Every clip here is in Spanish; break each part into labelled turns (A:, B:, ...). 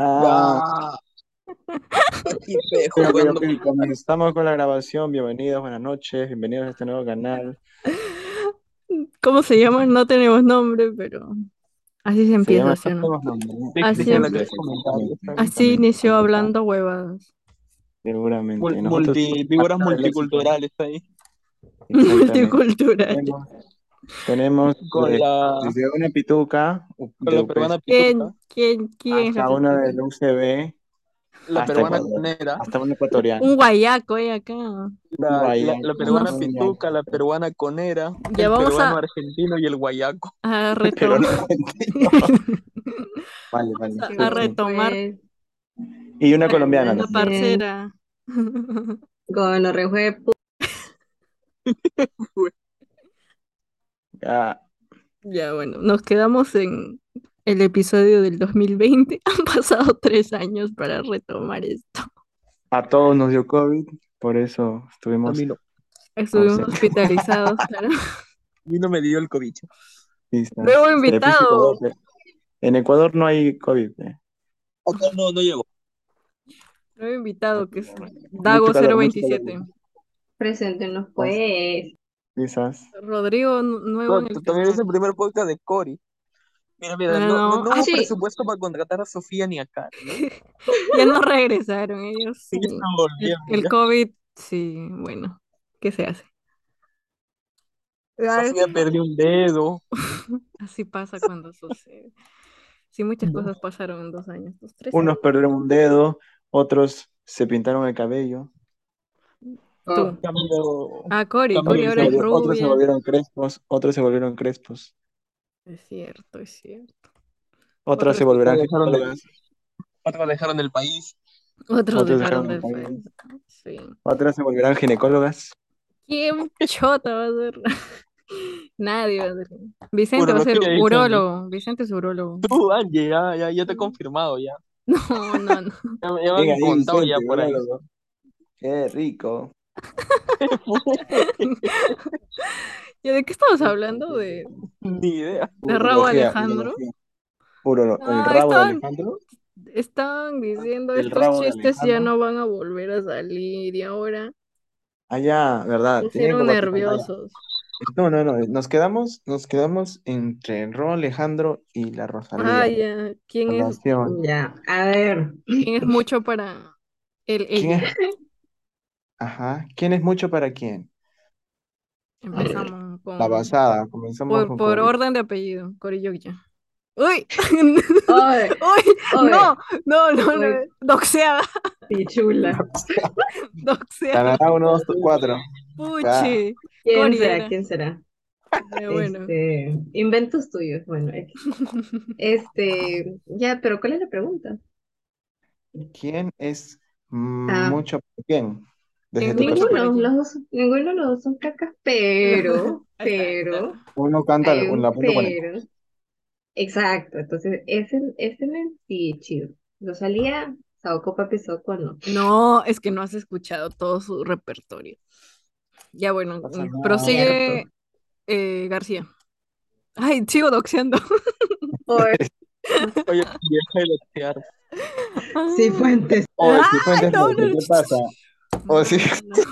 A: Ah,
B: Ah, aquí ve,
A: ok,
B: jugando
A: ok,
B: por
A: comenzamos con la grabación. Bienvenidos, buenas noches, bienvenidos a este nuevo canal.
C: ¿Cómo se llama? No tenemos nombre, pero así se
A: Se
C: empieza,
A: llama
C: ¿sí
A: No
C: o no?
A: tenemos nombre, ¿no?
B: Dejen
C: Así,
B: dejen
C: em-
B: acá en
A: Seguramente,
B: comentarios también.
C: así
A: seguramente,
C: inició
A: seguramente.
C: hablando huevadas.
A: Seguramente.
B: Mul-
A: Nosotros somos
B: multi- víboras
A: parte del éxito.
B: multiculturales ahí.
A: Exactamente.
C: Multicultural.
A: Tenemos, tenemos
B: Con
A: de-
B: la,
A: desde una pituca
B: con
A: de
B: la
A: UPC
C: pues,
B: peruana pituca,
C: ¿Quién, quién, quién es la
A: hasta una
C: pituca?
A: del UCB
B: la
A: hasta
B: peruana
A: Ecuador,
B: conera,
A: hasta una ecuatoriana.
C: Un guayaco, ¿eh? Acá.
A: Un
B: la, la, la
A: guayaco,
B: peruana
C: Unos...
A: un
B: pituca, la
A: ñaco,
B: peruana conera,
C: Ya
B: el
C: vamos
B: peruano
C: a,
B: argentino y el guayaco.
C: a
A: pero no
C: retomar.
A: argentino. Vale, vale,
C: a,
A: sí,
C: a
A: sí.
C: retomar
D: Rejuez,
A: Y una colombiana
C: la
D: buenas
A: también.
D: bien,
C: parcera.
D: con los rejuepos.
A: Ah,
C: Ya, bueno, nos quedamos en el episodio del 2020. Han pasado tres años para retomar esto.
A: a todos nos dio COVID, por eso
B: A
A: estuvimos
B: mí no, a
C: Estuvimos
A: ausentes.
C: hospitalizados, claro.
B: mí no me dio el COVID.
A: Listas.
C: Nuevo
A: Se puso
C: invitado.
A: codote. eh. En Ecuador no hay COVID. eh.
B: Acá no, no llegó.
C: Nuevo invitado que es
A: Mucho calor, mucho calor.
C: Dago027.
D: Preséntenos,
A: Entonces,
D: pues.
A: Quizás.
C: Rodrigo, nu- nuevo
B: No,
C: en
B: t-
C: el
B: también es
C: canal.
B: el primer podcast de Cory. Mira, mira,
C: No,
B: no, no,
C: no.
B: no
D: Ah,
B: hubo
D: sí.
B: presupuesto para contratar a Sofía ni a Karen, ¿no?
C: Ya no regresaron ellos.
B: Sí,
C: El,
B: están
C: el-
B: volviendo
C: el
B: ya.
C: COVID, sí, bueno, ¿qué se hace? Ay,
B: Sofía perdió un dedo.
C: Así pasa cuando sucede. Sí, muchas cosas pasaron en dos años, dos, tres
A: Unos
C: años.
A: perdieron un dedo, otros se pintaron el cabello,
D: Oh,
C: Tú.
B: Cambio,
C: Ah, Cori,
B: cambio
C: Cori
A: otros se
B: de
C: ahora es
B: sexo.
A: volvieron, otros se
C: rubia.
A: volvieron crespos, otros se volvieron crespos,
C: Es cierto, es cierto.
A: otros se
C: Otros,
B: Otros
A: volverán
B: dejaron de-
A: gestores,
B: otros dejaron el país.
C: otros
A: otros
C: dejaron
A: dejaron el
C: del
A: país,
C: país. Sí.
A: otras se volverán ginecólogas.
C: ¿Quién chota va a ser? Nadie va a ser. Vicente va a ser
B: Urología, dicen.
C: urólogo. Vicente es urólogo.
B: Tú, Angie, ya, ya, ya te he confirmado, ya.
C: No, no, no.
B: Ya, me ya
A: Venga
B: me han
A: ahí,
B: contado ya
A: Vicente,
B: por ahí.
A: urólogo. Qué rico.
C: ¿Y de qué estamos hablando? ¿De,
B: Ni idea.
C: de Rabo
A: Urología,
C: Alejandro?
A: urología. Urolo- el
C: Ah,
A: rabo de
C: estaban,
A: Alejandro,
C: estaban diciendo
A: el
C: estos
A: rabo de
C: chistes ya
A: Alejandro.
C: no van a volver a salir y ahora
A: Allá, ¿verdad? Tenían que
C: pusieron
A: partir pantalla.
C: nerviosos.
A: No, no, no, nos quedamos, nos quedamos entre el Rabo Alejandro y la
C: Ah,
A: Rosalía.
C: ya. ¿Quién es,
A: Relación.
D: ya, a ver.
C: quién es mucho para el
A: ¿Quién
C: ella?
A: es? Ajá. ¿Quién es mucho para quién? A ver,
C: Empezamos
A: Ah, la
C: con
A: basada, comenzamos
C: Mm. por,
A: con
C: por
A: Cori.
C: orden de apellido, Corillogya. ¡Uy!
D: Oye,
C: ¡Uy!
D: oye,
C: ¡No! ¡No, no, no!
D: oye,
C: ¡Doxeada!
D: pichula.
C: ¡Doxeada!
A: Canadá 1, 2, 4. Ya.
C: ¡Puchi!
D: ¿Quién
C: Cori
D: será?
C: era.
D: ¿Quién será?
C: Ya, bueno.
D: Este, inventos tuyos. Bueno, X. este, ya, pero ¿cuál es la pregunta?
A: ¿Quién es
D: Ah,
A: mucho para quién? Desde
C: ¿Quién
A: tu
C: es mucho para
D: ninguno,
A: perspectiva.
C: quién?
D: los dos, ninguno de los dos son cacas, pero,
C: Ahí está, claro.
D: pero,
A: Uno canta
D: hay
A: la-
D: un
A: la punto 40.
D: pero. Exacto, entonces ese, ese me- sí, chido. Yo salía, Saoko Papi Saoko no.
C: No, es que no has escuchado todo su repertorio. Ya, bueno,
A: Pasa
C: mm,
A: nada.
D: Cierto.
C: prosigue eh, García. Ay, sigo doxeando.
D: Oye,
B: Oye, y deja de lotear.
D: sí, Fuentes.
A: O
C: ¡Ay,
A: si Fuentes
C: Ah, no, no!
A: Roque, ¿qué Oh, pasa? O si
C: No, no, no.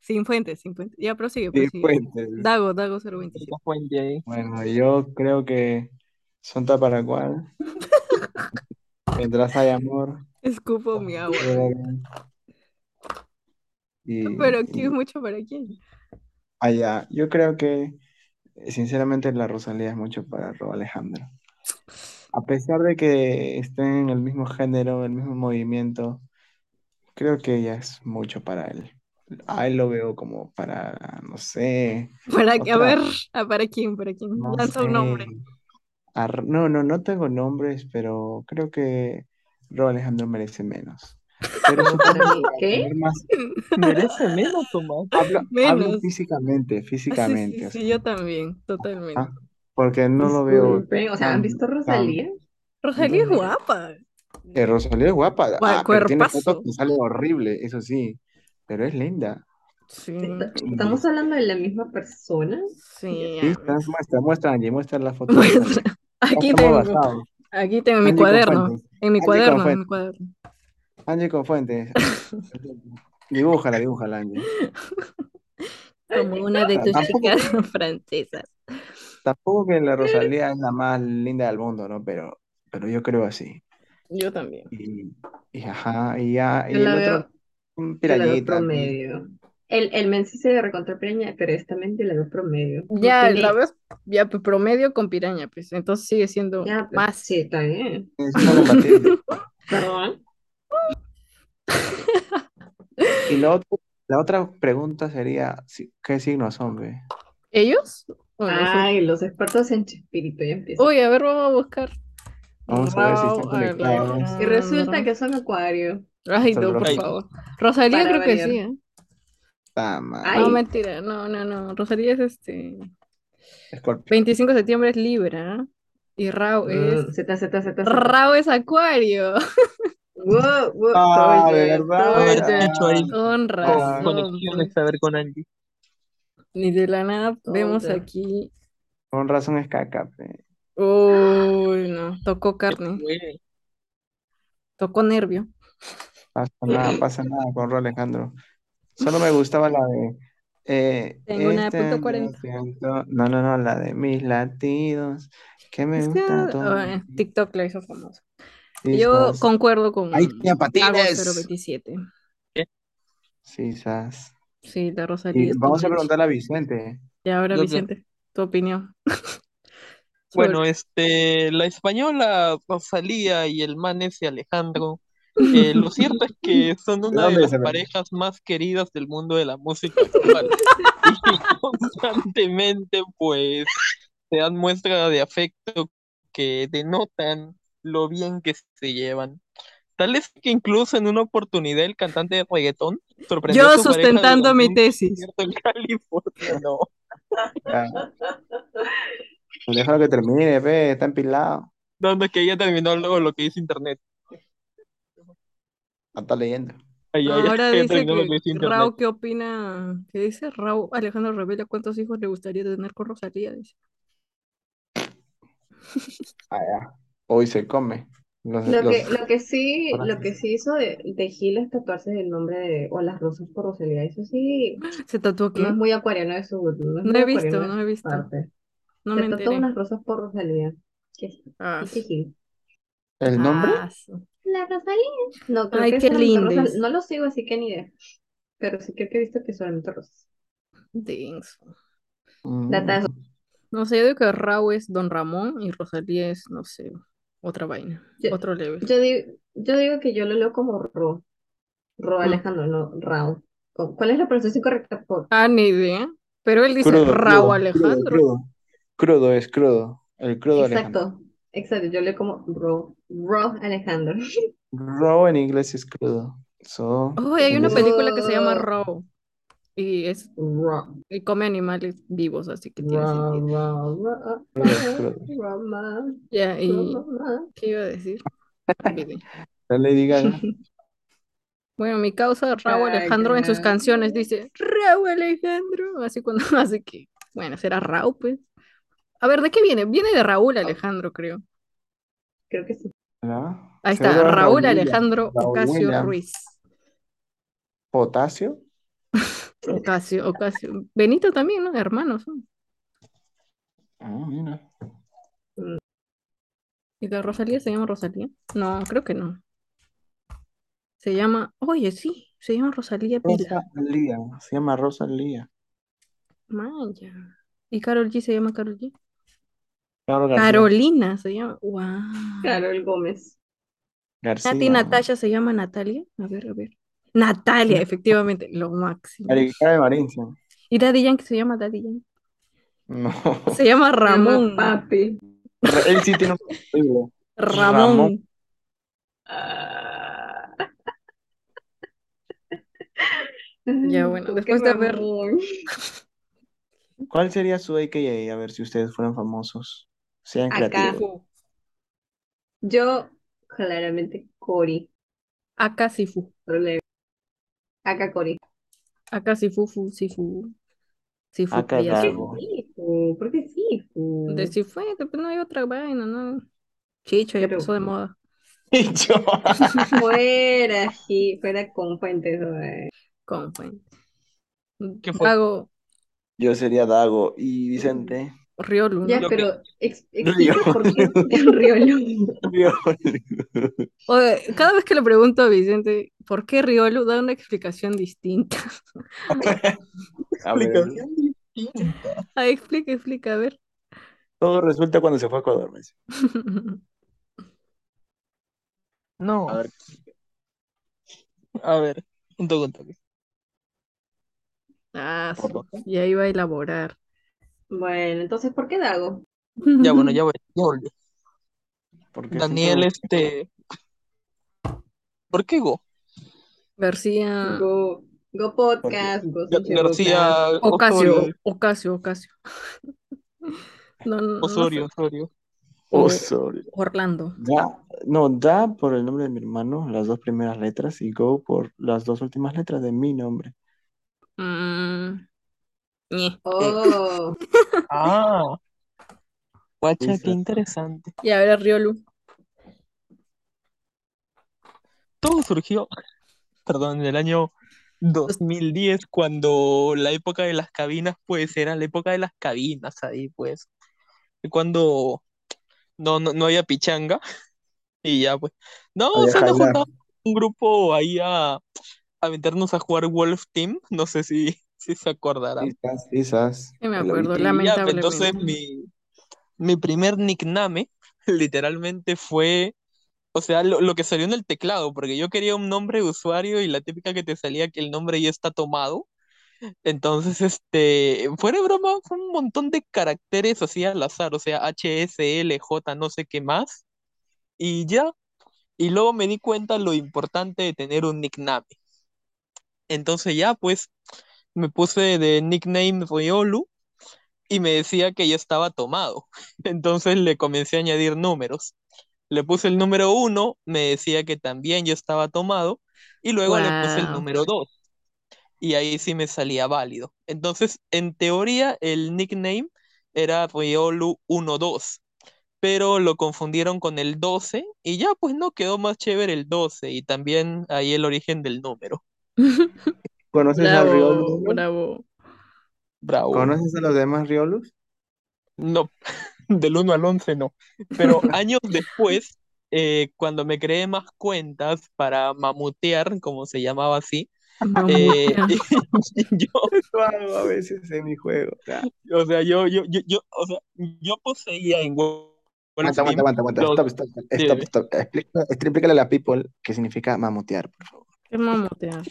C: Sin fuentes, sin fuentes. Ya prosigue,
A: si
C: prosigue.
A: Fuentes.
C: Dago, Dago
B: Esta
C: 027.
B: fuente ahí.
A: Bueno, yo creo que son taparacual. Mientras hay amor,
C: Escupo mi agua.
A: llega y,
C: Pero ¿quién
A: y
C: es mucho para quién?
A: allá. Yo creo que, eh, sinceramente, la Rosalía es mucho para Rob Alejandro. A pesar de que estén en el mismo género, el mismo movimiento, creo que ella es mucho para él. A él lo veo como para, no sé,
C: Para que, a
A: otra,
C: ver, ah, ¿para quién? ¿Para quién?
A: no
C: Lanza un
A: sé.
C: nombre. Ah,
A: Ar- no, no, no tengo nombres, pero creo que Rob Alejandro merece menos. Pero
D: No, para
A: supongo que
D: mí,
A: para
D: ¿qué?
A: tener más,
B: Merece menos, Tomás.
A: hablo, hablo
C: Menos.
A: físicamente,
C: Ah, sí, sí,
A: físicamente, o
C: sí,
A: sea,
C: yo también,
A: ah,
C: totalmente.
A: porque no lo veo
D: Disculpen, o sea, ¿han
A: tan,
D: visto
A: tan,
D: Rosalía?
A: no
C: Rosalía
A: lo
C: es
A: veo.
C: guapa.
A: Eh, Rosalía es guapa,
C: Guau,
A: ah, pero tiene fotos
C: cuerpazo.
A: que sale horrible, eso sí, pero es linda.
C: Sí,
D: Esto-
A: Y
D: ¿Estamos hablando de la misma persona? Yo
C: sí,
A: sí,
C: amigo.
A: tras- muestra, muestra Angie, muestra la foto de Rosalía.
C: Muestra.
A: Ya
C: Aquí
A: estamos
C: tengo,
A: basados.
C: aquí tengo mi
A: Angie con
C: cuaderno.
A: fuentes.
C: En mi
A: Angie
C: cuaderno,
A: Confuente.
C: en mi cuaderno.
A: Angie Confuentes. Dibújala, dibújala, Angie.
C: Como una de tus
A: Tampoco-
C: chicas francesas.
A: Tampoco que la Rosalía es la más linda del mundo, ¿no? Pero, pero yo creo así.
C: Yo también.
A: Y, y ajá, y ya, y
D: Yo la
A: el
D: veo,
A: otro, un
D: yo la veo
A: pirañita.
D: promedio. El, el men sí se recontra piraña, pero esta men yo la veo promedio. No
C: Ya,
D: tiene-
C: la ves, ya pues, promedio con piraña, pues entonces sigue siendo
D: Ya, pues,
C: más.
D: sí, está bien.
A: Es una compatible.
D: Perdón.
A: Y lo otro- la otra pregunta sería, si- ¿qué signos son, ve?
C: ¿Ellos? O no sé.
D: Ay, los expertos en Chespirito ya empiezan.
C: Uy, a ver, vamos a buscar.
A: Vamos a ver si están
C: Rao, a la-
A: conectados.
D: Y Ah, resulta que son acuarios.
C: Ay, no, por
A: Ay.
C: favor. Rosalía
D: Para
C: creo que
D: variar.
C: sí, ¿eh?
A: Ta madre.
D: Ay.
C: No, mentira, no, no, no. Rosalía es este.
A: Escorpio.
C: 25 de septiembre es Libra. ¿eh? Y Rao es.
D: Mm, Z, Z, Z, Z.
C: Rao es Acuario.
D: Wow, wow,
A: Ah,
D: oye,
A: ¿verdad?
D: oye.
C: Con
B: Con
C: razón.
B: conexiones, a ver, con Angie.
C: Ni de la nada vemos
D: Tonta.
C: aquí.
A: Con razón es caca, pe.
C: Uy, no. Tocó carne.
B: Güey,
C: Tocó nervio.
A: Pasa nada, pasa nada con Ro Alejandro. Solo me gustaba la de... eh,
C: Tengo una
A: este
C: punto 40.
A: siento- No, no, no, la de mis latidos. Que me
C: Es que,
A: gusta todo.
C: ah, TikTok la hizo famosa.
A: Sí,
C: Yo
A: sas.
C: concuerdo con
A: Ahí tenía
C: Lago
A: patines.
C: 027.
A: Sí, sas.
C: Sí, la Rosalía.
A: Y
C: es
A: vamos a
C: top.
A: preguntarle a Vicente.
C: Y ahora,
B: Yo te-
C: Vicente, tu opinión. Sobre-
B: Bueno, este, la española Rosalía y el man ese Alejandro. eh, lo cierto es que son una de
A: dónde
B: las
A: se ve?
B: parejas más queridas del mundo de la música actual. Y constantemente, pues, se dan muestra de afecto que denotan lo bien que se llevan. Tal es que incluso en una oportunidad el cantante de reggaetón sorprendió a
C: Yo
B: su pareja
C: sustentando
B: durante
C: mi
B: un
C: tesis.
B: concierto en California, no.
A: Ya, Pues déjalo que termine, ve, está empilado.
B: Donde que ella terminó luego lo que dice internet.
A: No está leyendo.
B: Ay, ay,
C: Ahora
B: ella
C: dice
B: terminó lo
C: que
B: que dice internet.
C: Rao, ¿qué opina? ¿Qué dice Rao Alejandro Revela? ¿Cuántos hijos le gustaría tener con Rosalía? Dice.
A: Ah, ya. Hoy se come. Los,
D: Lo
A: los-
D: que, lo que sí,
A: Ahora
D: lo
A: sí.
D: que sí hizo de, de Gil es tatuarse el nombre de, o las rosas por Rosalía, eso sí,
C: ¿Se tatuó qué?
D: no es muy acuariano de su, no es
C: ¿Mm? No
D: muy
C: he visto,
D: acuariano de
C: no he
D: su
C: visto.
D: parte.
C: No
D: Se
C: me
D: tatuó
C: enteré.
D: unas rosas por Rosalía. ¿Qué es?
C: Ah,
D: ¿Qué es Gil?
A: ¿El nombre?
C: ah, su-
D: La Rosalía. No, creo
C: Ay,
D: que
C: qué
D: solamente
C: lindo
D: rosas,
C: es.
D: no lo sigo así que ni idea, pero sí creo que he visto que solamente rosas.
C: Dings.
A: Mm.
D: Data de-
C: No sé, yo digo que Rao es Don Ramón y Rosalía es, no sé, otra vaina,
D: Yo-
C: otro leve.
D: Yo digo, yo digo que yo lo leo como Ro, Ro
C: Ah.
D: Alejandro, no Rao. ¿Cu- ¿Cuál es la pronunciación correcta? Por...
C: Ah, ni idea. Pero él dice
A: Crudo,
C: Rao
A: crudo,
C: Alejandro.
A: Crudo, crudo, es crudo. El crudo Alejandro.
D: Exacto, exacto, yo leo como Ro, Ro Alejandro.
A: Raw en inglés es crudo. So,
C: Uy, hay una
A: en-
C: película que se llama
D: Oh.
C: Row y es
D: Ro,
C: y come animales vivos, así que tiene
D: Ro,
C: sentido.
D: Ro, Ro,
A: crudo es crudo.
D: Ro, ma,
C: Ya, y
D: Ro, ma.
C: ¿qué iba a decir? Olvidé.
A: La Lady Gaga.
C: Bueno, mi causa Raúl
D: Ay,
C: Alejandro en sus
D: caramba.
C: canciones dice Raúl Alejandro, así cuando así que bueno, será Raúl pues. A ver, ¿de qué viene? Viene de Raúl Alejandro, creo.
D: Creo que sí.
A: ¿no?
C: Ahí está,
A: Seguro es
C: Raúl
A: Raulilla,
C: Alejandro Ocasio
A: Raulina.
C: Ruiz.
A: Potasio.
C: Ocasio, Ocasio. Benito también, ¿no? Hermanos. ¿no?
A: Ah, mira.
C: ¿Y la Rosalía se llama Rosalía? No, creo que no. Se llama, oye, sí, se llama Rosalía Pila.
A: Rosa Lía. Se llama Rosa Lía.
C: Maya. ¿Y Carol G se llama Carol G?
A: Carol García.
C: Carolina se llama. Wow.
D: Carol Gómez.
A: García.
C: Nati Natasha se llama Natalia. A ver, a ver. Natalia, efectivamente, lo máximo.
A: Maricara de Valencia.
C: Y Daddy Yankee se llama Daddy Yankee.
A: No.
C: Se llama
D: Se llama
C: Ramón.
D: Papi.
A: Él sí tiene un horrible.
C: Ramón.
D: Ah.
C: Ya, bueno,
D: Como
C: después
D: que
C: de haber-
D: Ramón.
A: ¿Cuál sería su AKA? A ver si ustedes fueran famosos. Sean
D: Acá.
A: creativos.
C: Fu.
D: Yo, claramente, Cori.
C: Acá sí fu.
D: problema. Acá Cori.
C: Acá sí fu, fu, sí fu. Sí fu,
A: Acá
C: payaso.
A: Gago.
D: Sí, fu, porque sí, fu.
C: pues, De si fue, de- no hay otra vaina, ¿no? Chicho ya
D: Pero-
C: pasó de moda.
A: dicho.
D: Fuera, sí, fuera con fuentes. ¿no?
C: ¿Cómo fue?
B: ¿Qué fue?
C: Hago
A: Yo sería Dago y Vicente.
C: Riolu,
D: Ya,
C: ¿no?
B: Lo que-
D: pero ex-
A: Río.
D: explica por qué Riolu.
C: Oye, cada vez que le pregunto a Vicente por qué Riolu, da una explicación distinta.
A: A ver,
C: Ah, explica, explica, a ver.
A: todo resulta cuando se fue a Ecuador. me dice.
B: No.
A: A ver.
B: A ver, un toque, un toque.
C: Ah, su- y ahí va a elaborar.
D: Bueno, entonces, ¿por qué Dago?
B: Ya bueno, ya voy, ya volví.
A: Porque
B: Daniel, este. ¿Por qué Go?
C: García
D: Go, Go Podcast, Go Social
B: García
C: Ocasio,
B: Osorio.
C: Ocasio, Ocasio. No, no, no sé.
B: Osorio, Osorio.
A: Oh,
C: O-
A: Osorio.
C: Orlando.
A: Da, no, da por el nombre de mi hermano, las dos primeras letras, y go por las dos últimas letras de mi nombre.
C: Mm, ñe.
D: Oh,
B: Ah. Guacha,
A: Exacto.
B: qué interesante.
C: Y ahora Riolu.
B: Todo surgió, perdón, en el año 2010, cuando la época de las cabinas, pues era la época de las cabinas ahí, pues. Cuando no, no, no había pichanga. Y ya, pues. No,
A: Había
B: o sea, nos
A: jailar.
B: juntamos un grupo ahí a, a meternos a jugar Wolf Team. No sé si, si se acordarán.
A: Quizás, quizás.
C: Sí me
A: el
C: acuerdo,
A: ahorita.
B: Y ya, pues,
C: lamentablemente.
B: entonces mi, mi primer nickname literalmente fue, o sea, lo, lo que salió en el teclado, porque yo quería un nombre de usuario y la típica que te salía que el nombre ya está tomado. Entonces, este, fuera de broma, fue un montón de caracteres así al azar, o sea, H, S, L, J, no sé qué más. Y ya, y luego me di cuenta lo importante de tener un nickname. Entonces ya, pues, me puse de nickname Riolu y me decía que yo estaba tomado. Entonces le comencé a añadir números. Le puse el número uno, me decía que también yo estaba tomado, y luego le puse el
C: Guau.
B: número dos. Y ahí sí me salía válido. Entonces, en teoría, el nickname era Riolu 12, pero lo confundieron con el 12 y ya pues no quedó más chévere el 12 y también ahí el origen del número.
A: ¿Conoces a
C: Bravo,
A: Riolus?
C: bravo.
B: Bravo.
A: ¿Conoces a los demás Riolus?
B: No, del 1 al 11 no. Pero años después, eh, cuando me creé más cuentas para mamutear, como se llamaba así, eh,
C: Mamutea.
B: yo,
A: Lo hago a veces en mi juego. Ya.
B: o sea, yo, yo, yo, yo, o sea, yo poseía en Wolf
A: Aguanta,
B: Team
A: aguanta, aguanta, aguanta.
B: los-
A: Stop, stop, stop,
B: Dime.
A: stop. Explica- explícale a la people qué significa mamutear, por favor.
C: ¿Qué mamutear?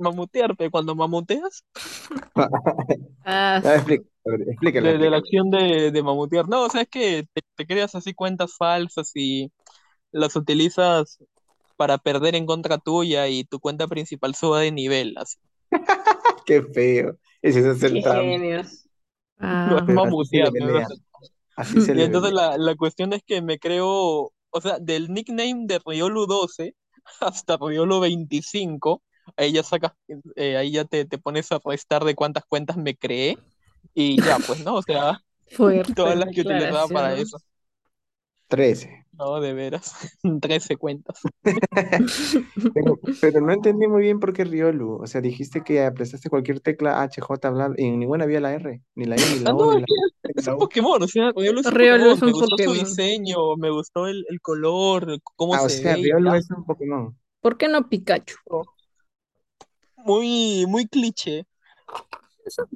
B: mamutear, pero cuando mamuteas,
C: Ah,
A: Ya, explica- a ver, explícale,
B: de, de
A: explícale.
B: la acción de, de mamutear. No, o sea, es que te, te creas así cuentas falsas y las utilizas para perder en contra tuya y tu cuenta principal suba de nivel, así.
A: Qué feo. Ese es hacer
D: qué
A: trampa.
D: genios.
C: ah,
A: Pero así se
B: mamutear,
A: le
B: ¿no?
A: venea. Así se
B: Y
A: le
B: entonces
A: venea.
B: la, la cuestión es que me creo, o sea, del nickname de Riolu 12 hasta Riolu 25, ahí ya sacas, eh, ahí ya te, te pones a restar de cuántas cuentas me creé y ya, pues, ¿no? O sea,
C: fuerte
B: todas las que utilizaba para
C: declaración.
B: eso,
A: 13.
B: ¿no? De veras, 13 cuentas.
A: Pero, pero no entendí muy bien por qué Riolu. O sea, dijiste que apretaste cualquier tecla H, J, bla, bla, y en ninguna había la R, ni la I, ni
B: Ah,
A: la O,
B: no,
A: ni
B: es
A: la
B: que
A: P, ni
B: es
A: la
B: un
A: U.
B: Pokémon, o sea, Riolu es un
C: Riolu es
B: Pokémon, me
C: un
B: gustó su
C: Pokémon.
B: diseño, me gustó el, el color, cómo
A: Ah, o
B: se
A: sea,
B: ve E y
A: Riolu
B: bla.
A: es un Pokémon.
C: ¿Por qué no Pikachu?
B: Muy, muy cliché.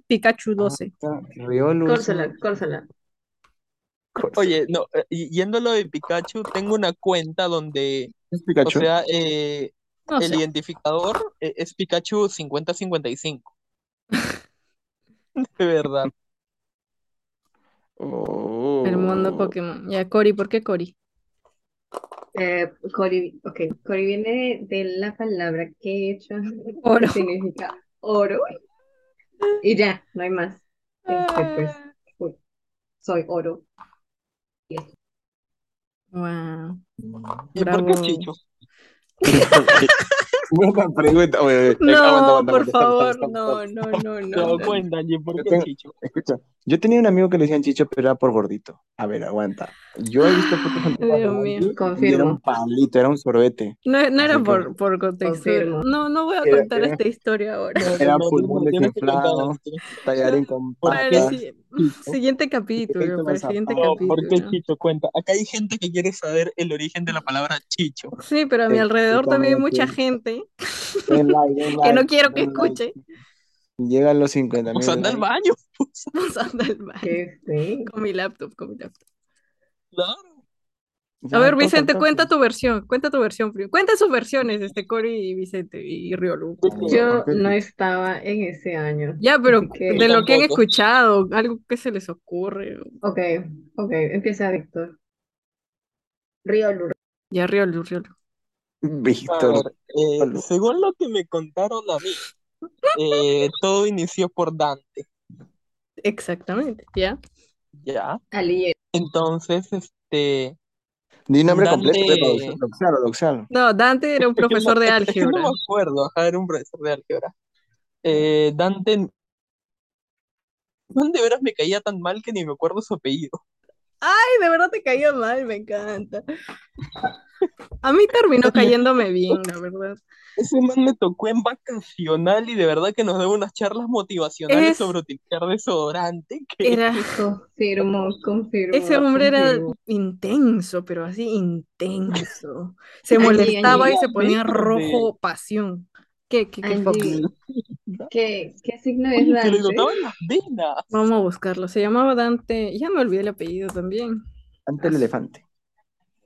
C: Pikachu
A: Ah,
C: 12.
A: está. Riolu es
D: Córsala,
A: un.
D: córsala.
B: Oye, no, eh, y- yendo a lo de Pikachu, tengo una cuenta donde,
A: ¿Es
B: o
A: Pikachu?
B: sea, eh,
C: No
B: el
C: sé.
B: identificador eh, es Pikachu 5055. De verdad.
C: El mundo
A: Oh.
C: Pokémon. Ya, Cory, ¿por qué Cory?
D: Eh, Cori, okay. Cori viene de la palabra quechua,
C: Oro.
D: que significa oro, y ya, no hay más. Este, pues, uy, soy oro.
C: Wow.
B: ¿Y por qué
C: Bravo.
B: Chicho?
A: Buena pregunta. Oye, oye,
C: No,
A: aguanta, aguanta, aguanta,
C: por
A: stop,
C: favor,
A: stop, stop,
C: no,
A: stop.
C: no, no, no,
B: No, pues.
C: no.
B: cuéntale, ¿por
A: Yo
B: qué
A: tengo-
B: Chicho?
A: Escucha, yo tenía un amigo que le decían Chicho, pero era por gordito. A ver, aguanta. Yo he visto fotos en
C: Dios
A: Patagonia
C: mío.
A: y era un
D: Confirmo.
A: palito, era un sorbete.
C: No, no era
A: Así que-
C: por, por contextura.
D: Confirmo.
C: No, no voy a
A: Era-
C: contar
A: era-
C: esta historia ahora.
B: No,
A: Era
B: no, no,
A: pulmón
B: no, tienes que contar
A: desinflado.
B: la historia.
A: Tallarín con
B: ¿Por
C: Para el
B: qué?
A: patas.
C: si-
B: Chicho?
C: siguiente
A: Efecto
C: capítulo, para el siguiente
A: mazapán.
B: No, ah, oh, ¿por qué
C: capítulo.
B: Este Chicho? Cuenta. Acá hay gente que quiere saber el origen de la palabra Chicho.
C: Sí, pero a mi alrededor también hay mucha
A: Exactamente.
C: gente
A: Den like, den
C: que no
A: like,
C: quiero que
A: den like.
C: escuche.
A: Llega a los 50
B: Pues
A: mil
B: anda al
A: likes.
B: baño. pues,
C: Pasando al baño
D: Qué feo.
C: con mi laptop, con mi laptop.
B: claro.
C: A
A: Ya,
C: ver,
A: toca,
C: Vicente,
A: toca.
C: cuenta tu versión, cuenta tu versión, primero. cuenta sus versiones, este Cory y Vicente y
B: ¿De
C: Riolu.
A: A
B: qué?
A: ver, ¿por
D: Yo
A: qué
D: no
A: te-
D: estaba en ese año,
C: Ya, pero
D: así
C: cu-
D: que,
C: de lo que han
B: Tampoco.
C: escuchado, algo que se les ocurre.
D: ok, ok, empieza Víctor. Río Lur.
C: Ya, Riolu,
B: A
C: Riolu.
A: Víctor.
B: ver, eh,
A: Riolu.
B: según lo que me contaron a mí, eh, todo inició por Dante,
C: Exactamente, ya.
B: ¿ya?
D: Alier.
B: Entonces, este,
A: Di nombre completo,
B: Dante,
A: doxalo, doxalo, doxalo.
C: No, Dante era un
B: es que no,
C: profesor de
B: es que no
C: álgebra.
B: me acuerdo, ajá, era un profesor de álgebra. Eh, Dante, ¿dónde veras me caía tan mal que ni me acuerdo su apellido?
C: Ay, de verdad te caía mal, me encanta. A mí terminó cayéndome bien, la verdad.
B: Ese man me tocó en vacacional y de verdad que nos daba unas charlas motivacionales
C: Es,
B: sobre utilizar desodorante que
C: era,
D: Confirmo,
C: ese
D: confirmo,
C: hombre era
D: confirmo.
C: intenso, pero así intenso. Se
D: Angie,
C: molestaba y
B: tenía
D: Angie,
C: se ponía
B: letras de...
C: rojo pasión. ¿Qué, qué, qué Fox?
D: Angie, ¿qué, qué signo es
B: Oye, que le
D: Dante?
B: notaban las venas.
C: Vamos a buscarlo. Se llamaba Dante. Ya me olvidé el apellido también.
A: Ante
C: Ah,
A: el
C: su-
A: elefante.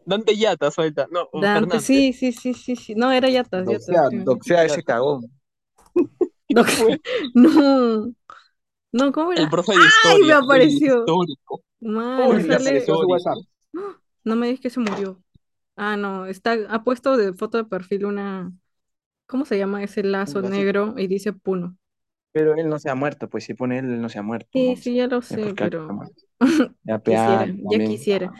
B: Dante Yata, suelta. No, o Oh,
C: Dante,
B: Fernández.
C: sí, sí, sí, sí, sí. No, era Yatas, Yatas.
A: Doxea,
C: sí.
A: doxea ese
B: Yata.
A: cagón.
C: No,
B: Fue
C: no, no, ¿cómo
B: el
C: era?
B: profe de
C: ¡Ay, me
B: historia, el
C: apareció!
B: histórico.
C: Mano,
A: Uy,
B: Uy,
A: le
B: el
C: sale.
A: apareció su WhatsApp.
B: histórico.
C: No me digas que se murió. Ah, no, está, ha puesto de foto de perfil una, ¿cómo se llama ese lazo
A: Algo así.
C: negro? Y dice Puno.
A: Pero él no se ha muerto, pues si pone él, él no se ha muerto.
C: Sí,
A: ¿no?
C: sí, ya lo
A: Ya,
C: sé,
A: porque aquí está
C: pero
A: muerto. Ya, pe, ah,
C: quisiera, ya
A: también.
C: quisiera.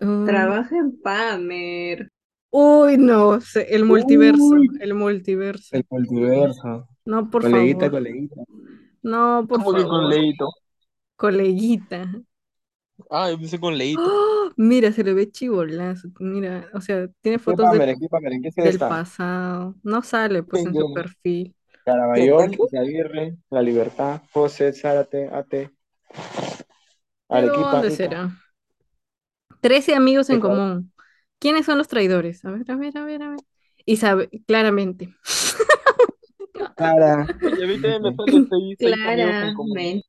C: Mm,
D: Trabaja en Pamer.
C: uy, no, sé, el multiverso,
A: Uy,
C: el multiverso.
A: el multiverso.
C: No, por
A: Coleguita,
C: favor.
A: coleguita.
C: No, por
B: Como que con
C: favor.
B: Leito.
C: Coleguita.
B: Ah, yo pensé con Leito.
C: ¡Oh! Mira, se le ve chivolazo. Mira, o sea, tiene
A: ¿Qué
C: fotos de,
A: Pamer? ¿Qué Pamer? ¿En qué ciudad
C: del
A: está?
C: pasado. No sale, pues, en su perfil.
A: Caraballo,
B: Fernández.
A: Izaguirre, La Libertad, José, Zárate, Ate,
C: ¿De
A: Arequipa,
C: dónde
A: Ica.
C: será? Trece amigos en
A: Ica.
C: común. ¿Quiénes son los traidores? A ver, a ver, a ver, a ver. Isabel, claramente.
A: Clara.
B: Oye, a mí también me sale seis, seis amigos en común.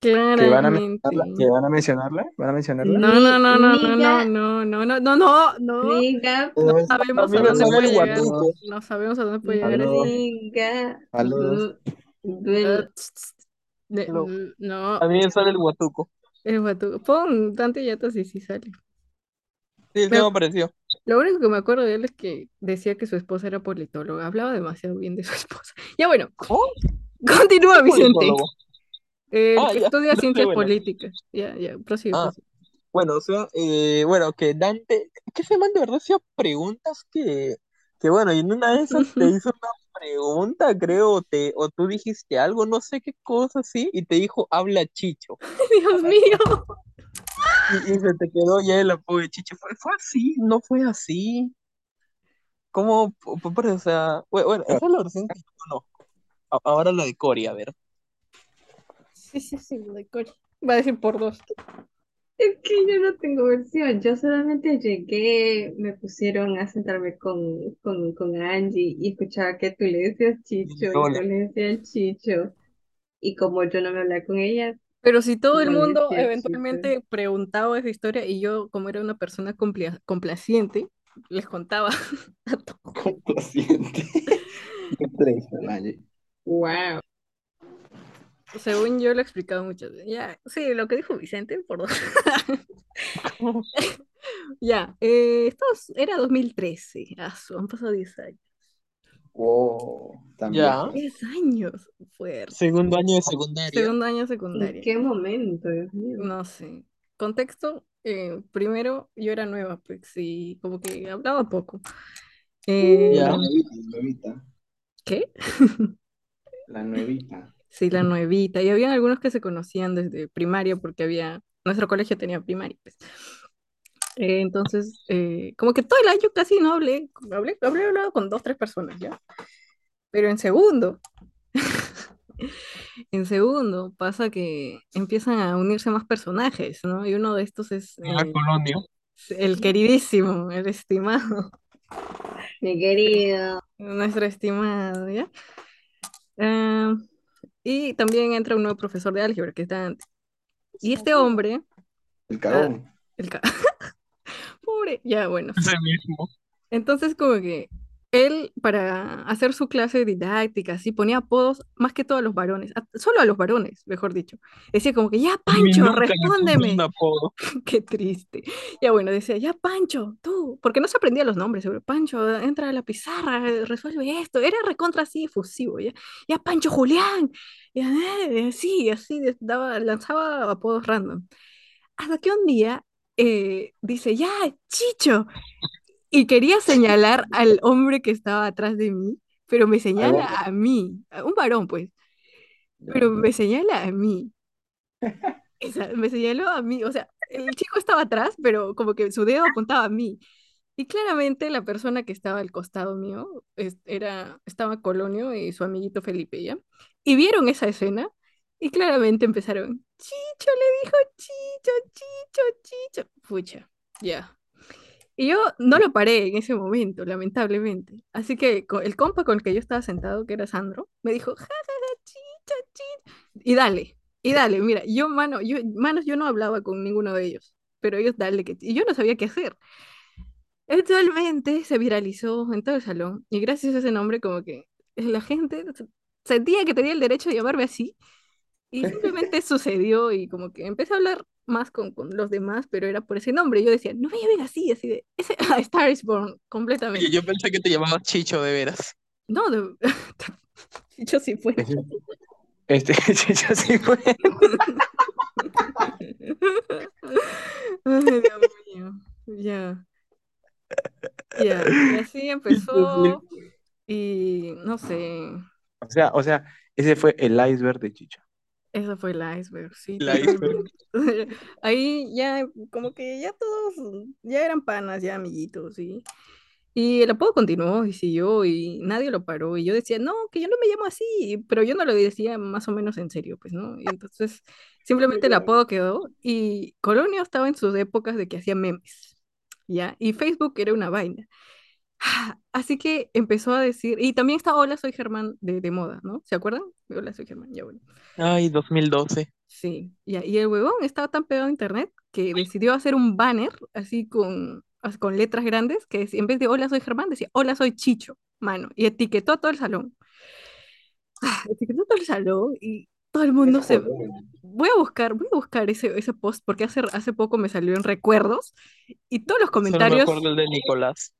D: Claramente.
A: ¿Que van a mencionarla? ¿Que
C: Claramente.
A: van a mencionarla? ¿Van a mencionarla?
C: No,
D: Mi,
C: no, no, no, no,
D: miga,
C: no, no, no, no, no, no, no.
D: miga,
C: No
A: Saludos,
B: A
C: sabemos
B: mí
C: a
B: me
C: dónde
B: sale el
C: puede llegar.
B: guatuco.
D: saludos,
C: No sabemos a dónde puede
D: pues,
C: llegar esto.
D: miga,
A: saludos.
D: du- duelo.
C: Ah, tss, tss, de-
B: No,
C: mm,
B: a
C: no,
B: mí me sale el guatuco.
C: el guatu- Pon Dante Yatas y sí sale.
B: Sí, sí
C: Me-
B: me apareció.
C: Lo único que me acuerdo de él es que decía que su esposa era politóloga. Hablaba demasiado bien de su esposa. Ya bueno,
B: ¿Cómo? ¿Qué
C: continúa, Vicente.
B: politólogo?
C: El
B: Ah,
C: que
B: ya.
C: estudia
B: Dale,
C: ciencias
B: bueno.
C: políticas. Ya, ya, prosigue,
B: Ah,
C: prosigue.
B: bueno, o sea, eh, bueno, que Dante, que ese man de verdad hacía preguntas que, que bueno, y en una de esas te hizo una pregunta, creo, o te, o tú dijiste algo, no sé qué cosa así, y te dijo, habla Chicho.
C: Dios mío.
B: Y, y se te quedó ya el apodo de Chicho. Fue, fue así, no fue así. ¿Cómo? Po- po- por- o sea, bue- bueno, esa es la versión que yo conozco. A- Ahora la de Cory, a ver.
C: Sí, sí, sí, lo de Cory. Va a decir por dos.
D: Es que yo no tengo versión, yo solamente llegué, me pusieron a sentarme con, con, con Angie y escuchaba que tú le decías chicho y
B: Lola.
D: yo le decía chicho. Y como yo no me hablaba con ella,
C: Pero si todo el
D: yo le
C: mundo
D: decía chicho.
C: eventualmente preguntaba esa historia y yo, como era una persona complia- complaciente, les contaba a todos.
A: Complaciente. Qué traición, Angie.
D: Wow.
C: Según yo lo he explicado muchas veces. Ya, sí, lo que dijo Vicente, por dos. Ya, eh, esto es- era 2013. asu, ah, han pasado 10 años.
A: Wow, tan
B: Ya.
A: viejo.
C: 10 años, fuerte.
B: Segundo año de secundaria.
C: Segundo año
D: ¿En
C: secundaria. Mm.
D: qué momento, Dios mío?
C: No sé. Contexto, eh, primero yo era nueva, pues, y como que hablaba poco. Eh,
B: Ya.
A: La nuevita.
C: ¿Qué?
A: La nuevita.
C: Sí, la nuevita. Y había algunos que se conocían desde primaria porque había, nuestro colegio tenía primaria, pues. Eh, entonces, eh, como que todo el año casi no hablé, hablé, hablé, hablado con dos, tres personas, ¿ya? Pero en segundo, en segundo pasa que empiezan a unirse más personajes, ¿no? Y uno de estos es
B: La
C: eh,
B: colonia.
C: el queridísimo, el estimado.
D: Mi querido.
C: Nuestro estimado, ¿ya? Ah, y también entra un nuevo profesor de álgebra que está antes. Y este hombre,
A: El
C: Ah,
A: cagón.
C: el ca- pobre, ya bueno.
B: Ese mismo.
C: Entonces como que él para hacer su clase didáctica, así ponía apodos más que todo a los varones, a- solo a los varones, mejor dicho. Decía como que, ya
B: A mí
C: Pancho,
B: nunca me
C: respóndeme.
B: pusieron apodo.
C: Qué triste. Ya bueno, decía, ya Pancho, tú, porque no se aprendía los nombres, pero Pancho, entra a la pizarra, eh, resuelve esto. Era recontra así efusivo, ya. Ya Pancho Julián. Y eh, así, así de- daba, lanzaba apodos random. Hasta que un día eh, dice, ya Chicho. Y quería señalar al hombre que estaba atrás de mí, pero me señala
A: guapo.
C: a mí, a un varón pues,
A: Ya.
C: pero me señala a mí. Esa- me señaló a mí, o sea, el chico estaba atrás, pero como que su dedo apuntaba a mí. Y claramente la persona que estaba al costado mío es- era, estaba Colonio y su amiguito Felipe, ¿ya? Y vieron esa escena y claramente empezaron, Chicho le dijo Chicho, Chicho, Chicho. Pucha, ya. Y yo no lo paré en ese momento, lamentablemente. Así que co- el compa con el que yo estaba sentado, que era Sandro, me dijo, jajaja, chicho, chicho. Y dale, y dale, mira, yo, mano, yo, manos, yo no hablaba con ninguno de ellos, pero ellos dale, que, y yo no sabía qué hacer. Eventualmente se viralizó en todo el salón, y gracias a ese nombre, como que la gente se- sentía que tenía el derecho de llamarme así, y simplemente sucedió, y como que empecé a hablar más con, con los demás, pero era por ese nombre. Yo decía, no me llamen así, así de, ese, a Star is Born, completamente.
B: Oye, yo pensé que te llamabas Chicho, de veras.
C: No, de... yo sí fue.
A: Este chicho sí fue.
C: Ay, Dios mío. Ya. Ya. Y así empezó. Y no sé.
A: O sea, o sea, ese fue el iceberg de Chicho.
C: Eso fue el iceberg, sí.
B: El iceberg.
C: totalmente. Ahí ya, como que ya todos, ya eran panas, ya amiguitos, sí. Y el apodo continuó y siguió y nadie lo paró. Y yo decía, no, que yo no me llamo así, pero yo no lo decía más o menos en serio, pues, ¿no? Y entonces simplemente el apodo quedó y Colonio estaba en sus épocas de que hacía memes, ¿ya? Y Facebook era una vaina. Ah, Así que empezó a decir, y también está Hola, soy Germán de, de moda, ¿no? ¿Se acuerdan? Hola, soy Germán, ya bueno.
B: Ay, 2012.
C: Sí, ya, y el huevón estaba tan pegado a internet que decidió hacer un banner así con, as- con letras grandes que decía- en vez de hola soy Germán decía hola soy Chicho, mano, y etiquetó a todo el salón. Ah, Etiquetó a todo el salón y todo el mundo se... Voy a buscar, voy a buscar ese, ese post porque hace, hace poco me salió en recuerdos y todos los
B: Solo me
C: comentarios,
B: acuerdo el de Nicolás.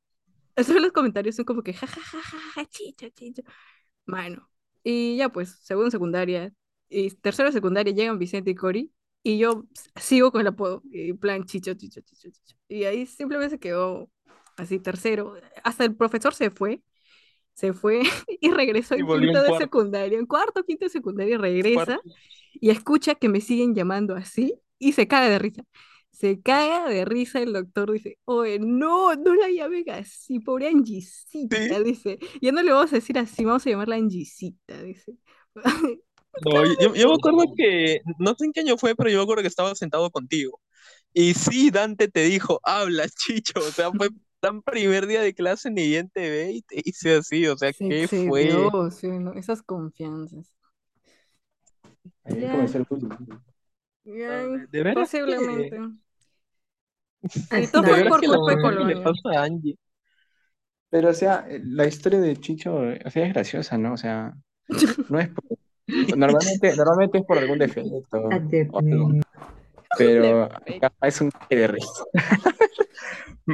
C: todos los comentarios son como que jajajaja, Chicho, Chicho. Mano. Y ya pues, segundo secundaria y tercero secundaria llegan Vicente y Cori y yo s- sigo con el apodo, y plan chicho, chicho, chicho, chicho. Y ahí simplemente se quedó así tercero. Hasta el profesor se fue, se fue y regresó
B: Y
C: en
B: volvió en
C: quinto de
B: cuarto.
C: secundaria, en cuarto, quinto de secundaria regresa
B: Cuarto.
C: y escucha que me siguen llamando así y se cae de risa. Se caga de risa el doctor, dice, oye, no, no la llamen así, pobre Angisita,
B: Sí.
C: dice, ya no le vamos a decir así, vamos a llamarla Angisita, dice.
B: No, yo, yo me acuerdo que, no sé en qué año fue, pero yo me acuerdo que estaba sentado contigo. Y sí, Dante te dijo, habla, Chicho. O sea, fue tan primer día de clase, ni bien te ve y te hice así. O sea,
C: Se
B: ¿qué fue?
C: excedió, sí, ¿no? Esas confianzas.
A: Ahí
C: Ya.
A: comenzó el bullying.
C: Bien,
B: De veras que,
C: posiblemente. Sí, todo
B: de
C: fue
B: veras
D: Hasta
C: por
B: que la
C: culpa de
B: mamá le
C: Colonia.
B: pasa a Angie.
A: Pero, o sea, eh, la historia de Chicho, eh, o sea, es graciosa, ¿no? O sea, no es por- normalmente, normalmente es por algún defecto
C: Ah,
A: o algo, pero acá es un que de risa.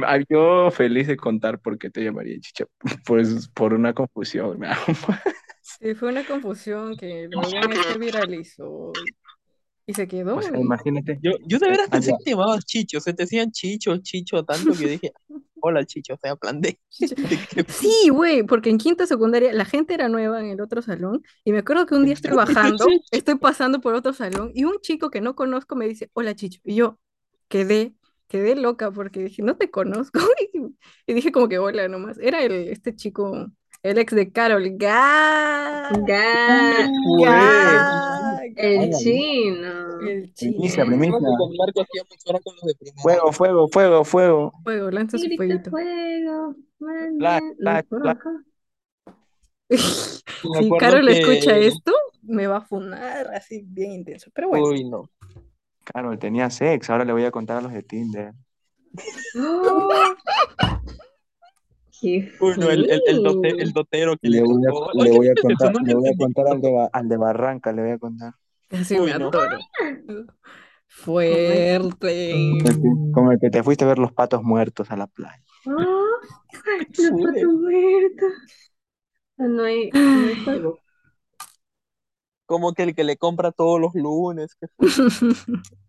A: Ah, Yo feliz de contar por qué te llamaría Chicho, por, por una confusión. me hago mal.
C: Sí, fue una confusión que el huevón este viralizó y, y se
A: O
C: quedó
B: Pues
A: sea,
C: ahí.
A: Pues, imagínate.
B: Yo, yo de veras
A: Ah,
B: pensé
A: ya.
B: que te llamabas Chicho, o sea, te decían Chicho, Chicho, tanto que yo dije, bola, chicho, o sea, plan D.
C: Sí, güey, porque en quinta secundaria la gente era nueva en el otro salón y me acuerdo que un día estoy bajando, estoy pasando por otro salón y un chico que no conozco me dice, hola Chicho, y yo quedé, quedé loca porque dije, no te conozco, y dije como que hola nomás, era el, este chico, el ex de Carol, ga,
D: Ga-
C: ga,
D: el
A: Ala,
D: chino.
C: el
A: Primicia,
C: chico,
A: primicia.
B: Con Marco hacíamos ahora con los de primero.
A: Fuego, fuego, fuego, fuego.
C: fuego, lanza su
D: Grita
C: fueguito.
D: fuego, manda
A: Flash,
D: la
A: flash, flash.
D: roja.
B: Me
C: Si
B: acuerdo
C: Carol escucha
B: que-
C: esto, pues. me va a funar así bien intenso. Pero bueno,
B: Uy, no.
A: Carol, tenía sex, ahora le voy a contar a los de Tinder.
D: ¡Oh! ¡Qué
B: Uno, el, el, el, dote-
D: fino!
B: el dotero que
A: Le
B: le
A: voy a,
B: tocó.
A: le
B: Oye,
A: voy a
B: ¿qué es eso?
A: contar,
B: No
A: le
B: lo
A: voy a
B: entendí.
A: contar al de, Ba- al de Barranca, le voy a contar.
C: casi
B: Uy,
C: me
B: no.
C: atoro. Fuerte.
A: El que- Como el que te fuiste a ver los patos muertos a la playa.
D: ¡Oh! ¡La
B: Sube.
D: pata muerta! Ah, No hay, no hay fuego.
B: Como que el que le compra todos los lunes. que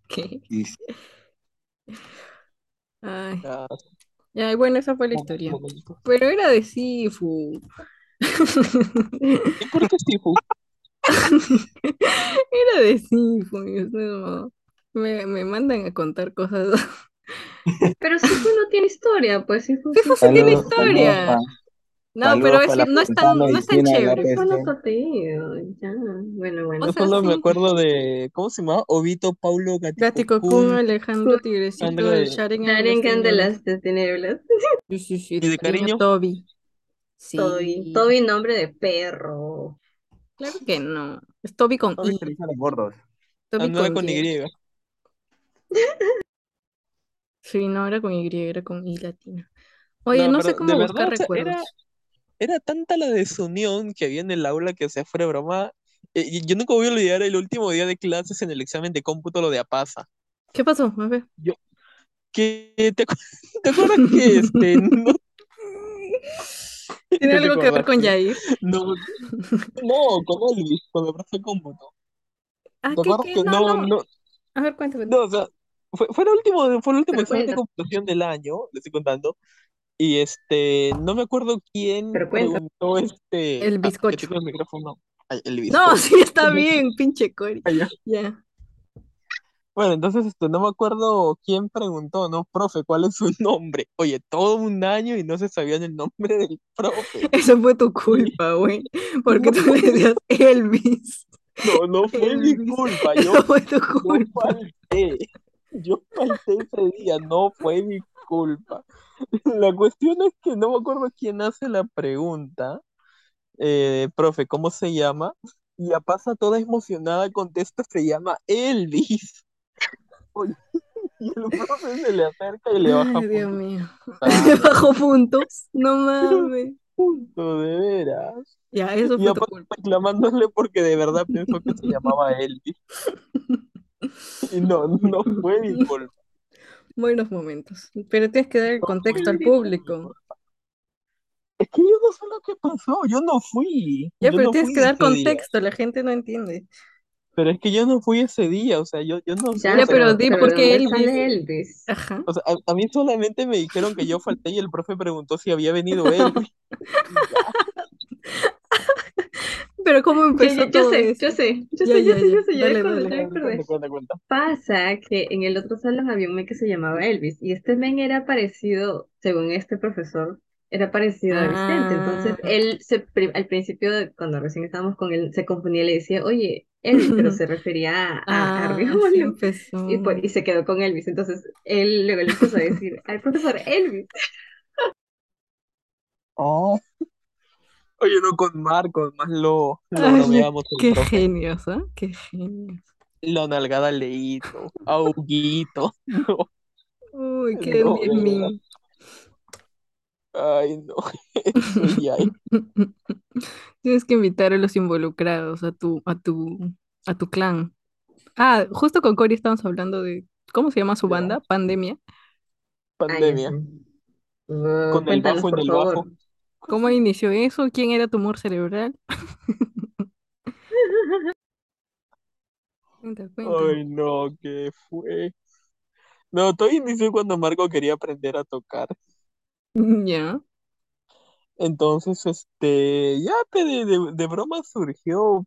C: ¿Qué?
A: Y
C: Ay,
B: está-
C: ya, y bueno, esa fue la historia.
B: Momento.
C: Pero era de Sifu.
B: ¿Y por qué Sifu?
C: Era de Sifu. Dios, no. Me, me mandan a contar cosas.
D: Pero si tú no tienes historia, pues si tú
C: Sifu sí tiene
A: Saludos, saludos
C: historia.
A: para
C: No, pero
A: saludos pa
C: es,
A: la
C: no es
A: facultad
C: tan,
A: de
C: no es tan
A: medicina de la
C: chévere.
D: fue
A: peste.
D: lo contenido, ya. Bueno,
C: O
D: bueno.
B: Yo
C: sea,
B: solo me
C: sí.
B: acuerdo de. ¿Cómo se llamaba? Obito, Paulo, Gatico
C: Gatico Kun,
B: Kun.
C: Alejandro Tigrecito,
B: Sangre de-
C: el Sharingan de las
D: Daringan de
C: tinieblas.
D: las tinieblas.
C: Sí, sí, sí,
B: ¿Y
C: de
B: de
C: cariño
B: cariño?
C: Toby.
D: Toby.
C: Sí,
D: Toby, nombre de perro.
C: claro que no. Es Toby con
A: ¿No
C: I,
A: viste que hizo los gordos?
C: Toby
B: Andaba
C: con
B: Ah, con
C: Y.
B: Y.
C: Sí, no era con Y, era con I latina. Oye,
B: No,
C: no
B: pero
C: sé
B: de
C: cómo
B: verdad,
C: buscar
B: o sea, era,
C: recuerdos.
B: era tanta la desunión que había en el aula que, o sea, fuera de broma. eh, y yo nunca voy a olvidar el último día de clases en el examen de cómputo, lo de APASA.
C: ¿Qué pasó? A ver.
B: Yo, que, ¿te, acu- te acuerdas que este, no,
C: ¿Tiene
B: ya te
C: algo que ver con
B: acordaste?
C: Yair?
B: No, no, con Elvis, cuando pasó cómputo.
C: Ah,
B: ¿Te
C: ¿qué,
B: acuerdas
C: qué?
B: que
C: No,
B: no,
C: no.
B: no,
C: A ver, cuéntame.
B: no, o sea, fue, fue el último, fue el último
D: Pero
B: examen de
D: cuenta,
B: computación del año, le estoy contando, y este, no me acuerdo quién
D: pero cuenta.
B: preguntó este,
C: El
B: ah, que
C: bizcocho.
B: tengo el micrófono, ay, el
C: No,
B: bizcocho.
C: sí, está bien, pinche Cory.
B: Ay, ya.
C: Ya.
B: Bueno, entonces este, no me acuerdo quién preguntó, ¿no? Profe, ¿cuál es su nombre? Oye, todo un año y no se sabían el nombre del profe.
C: Eso fue tu
B: Y-
C: culpa, güey. Porque
B: No,
C: tú le decías Elvis.
B: no, no fue mi
C: Elvis.
B: culpa, yo,
C: Eso fue tu
B: yo
C: culpa.
B: falté, yo falté ese día, no fue mi culpa. La cuestión es que no me acuerdo quién hace la pregunta, eh, profe, ¿cómo se llama? Y la pasa toda emocionada, contesta, se llama Elvis. Oye, y el profe se le acerca y le baja
C: Ay, Dios
B: puntos.
C: mío.
B: Ah, no.
C: Bajo puntos. No mames.
B: Punto, de veras.
C: Ya, eso
B: Y
C: fue tu
B: aparte
C: culpa.
B: reclamándole porque de verdad pensó que se llamaba Elvis. Y no, no fue mi culpa.
C: Buenos momentos. Pero tienes que dar el
B: No fue
C: contexto al
B: mi
C: público.
B: culpa. Es que yo no sé lo que pasó. Yo no fui.
C: Ya,
B: Yo
C: pero
B: no
C: tienes
B: fui
C: que dar
B: ese día.
C: contexto. La gente no entiende.
B: Pero es que yo no fui ese día. O sea, yo, yo no sé. O
C: Ya,
D: Ya,
B: sea,
C: pero
D: pero,
C: di
D: pero
C: por
D: ¿de
C: qué
D: dónde
C: Elvis.
D: sale Elvis?
C: Ajá.
B: o sea, a, a mí solamente me dijeron que yo falté y el profe preguntó si había venido Elvis. Y ya.
C: Pero ¿cómo
D: Yo,
C: empezó
D: yo, yo
C: todo
D: sé, yo
C: eso?
D: sé, yo
C: Ya,
D: sé, yo
C: ya,
D: sé, yo
C: ya.
D: sé, ya
C: Dale,
D: recuerdo,
C: dale.
D: ya
B: Cuenta,
D: recordé.
B: cuenta, cuenta, cuenta.
D: Pasa que en el otro salón había un men que se llamaba Elvis y este men era parecido, según este profesor, era parecido a Vicente. Entonces
C: Ah.
D: él se, pri- al principio, de- cuando recién estábamos con él, se confundía y le decía, oye, Elvis, pero se refería a, a, a
C: Ah, así
D: Riolo.
C: empezó.
D: Y, pues, y se quedó con Elvis. Entonces él luego le empezó a decir al profesor Elvis.
B: Oh. Oye, no, con Marcos, más lo, lo
C: Ay, no,
B: bromeamos el
C: qué
B: profe.
C: genios, ¿ah? Qué genios.
B: La nalgada leíto, auguito. No,
C: Uy, qué
B: no, de verdad.
C: meme.
B: Ay, no. Eso ya es.
C: Tienes que invitar a los involucrados a tu, a tu, a tu clan. Ah, justo con Cory estamos hablando de, ¿cómo se llama su
B: la
C: banda? Pandemia.
D: Ah, ya
B: pandemia.
D: sé. Uh,
B: Con el
D: cuéntanos,
B: bajo en
D: por
B: el
D: favor.
B: bajo.
C: ¿Cómo inició eso? ¿Quién era tumor cerebral? Cuenta, cuenta.
B: Ay, no, ¿qué fue? No, todo inició cuando Marco quería aprender a tocar.
C: Ya.
B: Entonces, este, ya pe- de, de, de broma surgió,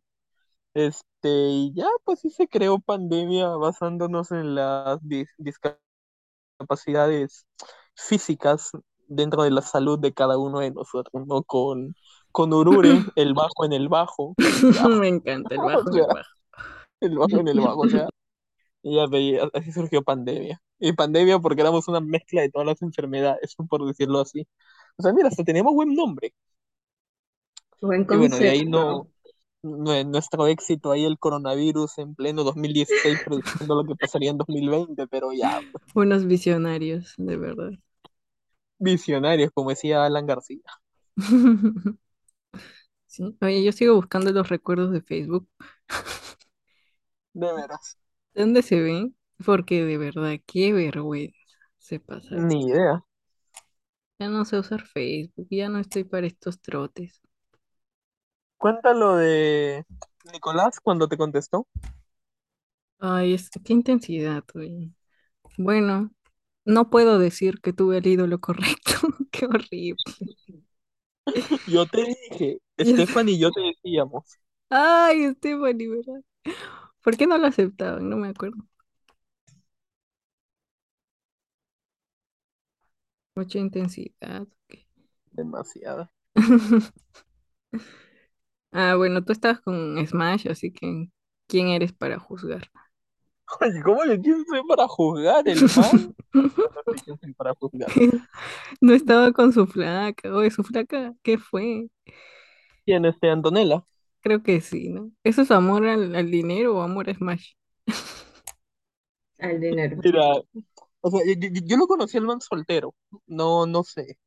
B: este, y ya pues sí se creó pandemia basándonos en las dis- discapacidades físicas dentro de la salud de cada uno de nosotros, ¿no? Con, con Urure, el bajo en el bajo, ya,
C: Me encanta el bajo
B: o
C: en el
B: sea,
C: bajo.
B: el bajo en el bajo, o sea, y ya pe, y así surgió pandemia. Y pandemia porque éramos una mezcla de todas las enfermedades, por decirlo así. O sea, mira, hasta teníamos buen nombre.
D: Buen
B: Y bueno, de ahí
D: concepto.
B: no, nue- nuestro éxito ahí el coronavirus en pleno 2016 prediciendo lo que pasaría en 2020, pero ya, pues,
C: Unos visionarios, de verdad.
B: visionarios, como decía Alan García.
C: Sí. Oye, yo sigo buscando los recuerdos de Facebook.
B: De veras,
C: ¿De dónde se ven? Porque de verdad, qué vergüenza se pasaron.
B: ni idea.
C: Ya no sé usar Facebook, ya no estoy para estos trotes.
B: Cuéntalo de Nicolás cuando te contestó.
C: Ay, es, qué intensidad, oye. Bueno, no puedo decir que tuve el ídolo correcto. Qué horrible.
B: Yo te dije,
C: Ya sé.
B: Estefan y yo te decíamos.
C: Ay, Esteban, ¿verdad? ¿Por qué no lo aceptaban? No me acuerdo. 8 intensidad. ok.
B: Demasiada.
C: Ah, bueno, tú estabas con Smash, así que ¿quién eres para juzgar?
B: Oye, ¿cómo que quién soy para juzgar, el man? No sé quién soy para juzgar.
C: No estaba con su flaca. Oye, su flaca, ¿qué fue?
B: ¿Quién este Antonella?
C: Creo que sí, ¿no? ¿Eso es amor al, al dinero o amor a Smash?
D: Al dinero.
B: Mira, o sea, yo, yo- yo lo conocí al man soltero. No, no sé.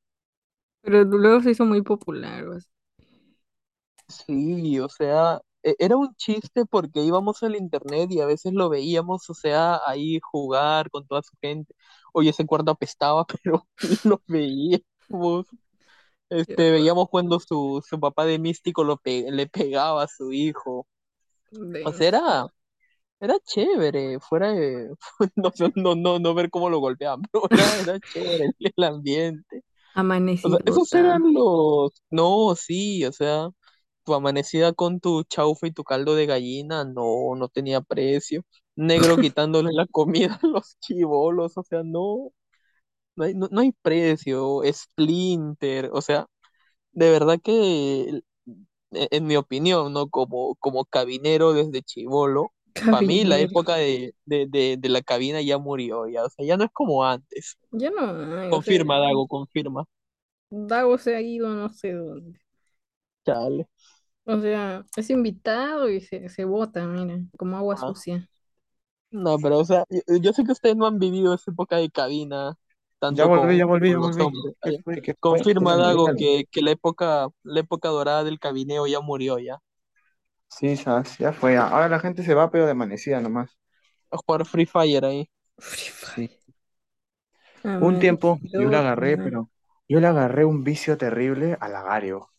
C: Pero luego se hizo muy popular. o sea.
B: Sí, o sea, e- era un chiste porque íbamos al internet y a veces lo veíamos, o sea, ahí jugar con toda su gente. Oye, ese cuarto apestaba, pero lo veíamos.
C: Qué
B: Este,
C: horror.
B: veíamos cuando su, su papá de místico lo pe- le pegaba a su hijo. O sea,
C: Denso.
B: era, era chévere, fuera de, no, sé, no, no, no ver cómo lo golpeaban, pero era, era chévere el ambiente. O
C: Amanecí
B: sea, esos
C: rota.
B: eran los, no, sí, o sea. Tu amanecida con tu chaufa y tu caldo de gallina, no, no tenía precio. Negro quitándole la comida a los chibolos, o sea, no, no hay, no, no hay precio. Splinter, o sea, de verdad que, el- e- en mi opinión, ¿no? Como, como cabinero desde chibolo, para mí la
C: Cabinero.
B: época de, de, de, de la cabina ya murió, ya, o sea, ya no es como antes.
C: Ya no hay, o sea,
B: Confirma, Dago, confirma.
C: Dago se ha ido no sé dónde.
B: Chale.
C: O sea, es invitado y se, se bota, mira, como agua
B: Ah.
C: sucia.
B: No, pero o sea, yo, yo sé que ustedes no han vivido esa época de cabina
A: Ya
B: tanto
A: volví,
B: con,
A: ya volví, ya
B: con los
A: volví.
B: hombres.
A: ¿Qué
B: ¿vale?
A: fue? ¿Qué fue? ¿Qué
B: Confirma,
A: se me
B: Dago,
A: sale?
B: que, que la época, la época dorada del cabineo ya murió ya.
A: Sí, sas, ya fue. Ahora la gente se va, pero de amanecida nomás.
B: A jugar Free Fire ahí.
C: Free
A: Sí.
C: Fire.
A: Un tiempo
C: Amanecí
A: yo la
C: rota.
A: agarré, pero yo le agarré un vicio terrible al agario.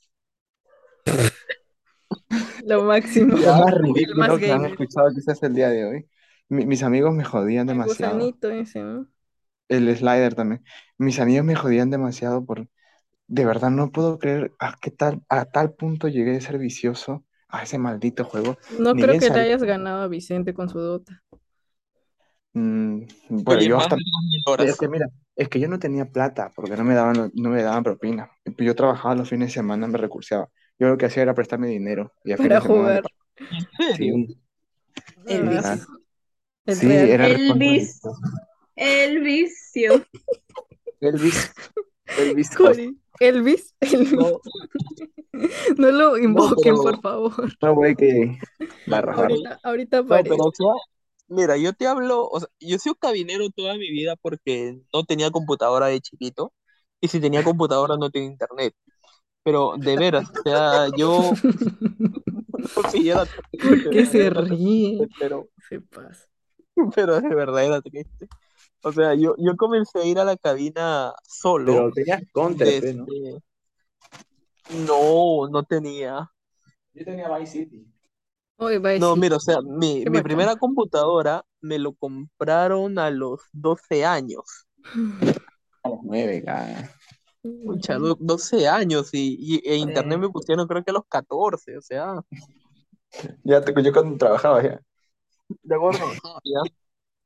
C: Lo máximo.
A: Lo
B: Ya,
A: más
C: El más
A: ridículo que han
C: gamer.
A: escuchado quizás el día de hoy. Mi- mis amigos me jodían
C: El
A: demasiado.
C: gusanito ese, ¿no?
A: El slider también. Mis amigos me jodían demasiado por... De verdad no puedo creer a qué tal, a tal punto llegué de ser vicioso a ese maldito juego.
C: No
A: Ni
C: creo
A: bien
C: que le
A: sabía.
C: hayas ganado a Vicente con su dota.
A: Mm, bueno,
B: oye,
A: yo
B: más
A: hasta...
B: de 2.000
A: Es
B: horas.
A: que mira, es que yo no tenía plata porque no me daban, no me daban propina. Yo trabajaba los fines de semana, me recurseaba. Yo lo que hacía era prestarme dinero y a fin de
C: Para
A: semana le
C: jugar.
A: pagaba.
B: ¿En serio?
A: Sí, claro.
C: Ah, el
D: El vicio.
A: Sí,
C: real.
A: era
D: El
A: responsable.
D: vicio. El vicio.
A: Elvis, Elvis Costa.
C: Cori. Elvis. Elvis.
B: No,
C: No lo
B: no,
C: invoquen, por
B: pero,
C: favor.
A: No, güey, que barra, barra.
C: Ahorita, ahorita
B: no, pero
C: aparece.
B: o sea, mira, yo te hablo, o sea, yo soy un cabinero toda mi vida porque no tenía computadora de chiquito. Y si tenía computadora no tenía internet. Pero de veras, o sea, yo No, sí, era
C: ¿Por
B: triste,
C: qué
B: de
C: se
B: verdad,
C: ríen?
B: pero,
C: Se pasa.
B: pero de verdad era triste. O sea, yo, yo comencé a ir a la cabina solo,
A: Pero tenías Counter, pe, ¿no?
B: desde... este, No, no tenía.
A: Yo tenía Vice City.
C: Oye, va a
B: No,
C: decir,
B: mira, o sea, mi,
C: qué
B: mi
C: bacán.
B: primera computadora me lo compraron a los 12 años.
A: A las nueve, cara.
B: Pucha, do- 12 años y, y- e internet me pusieron creo que a los 14, o sea,
A: Ya te, yo cuando trabajaba ya.
B: de acuerdo. ya.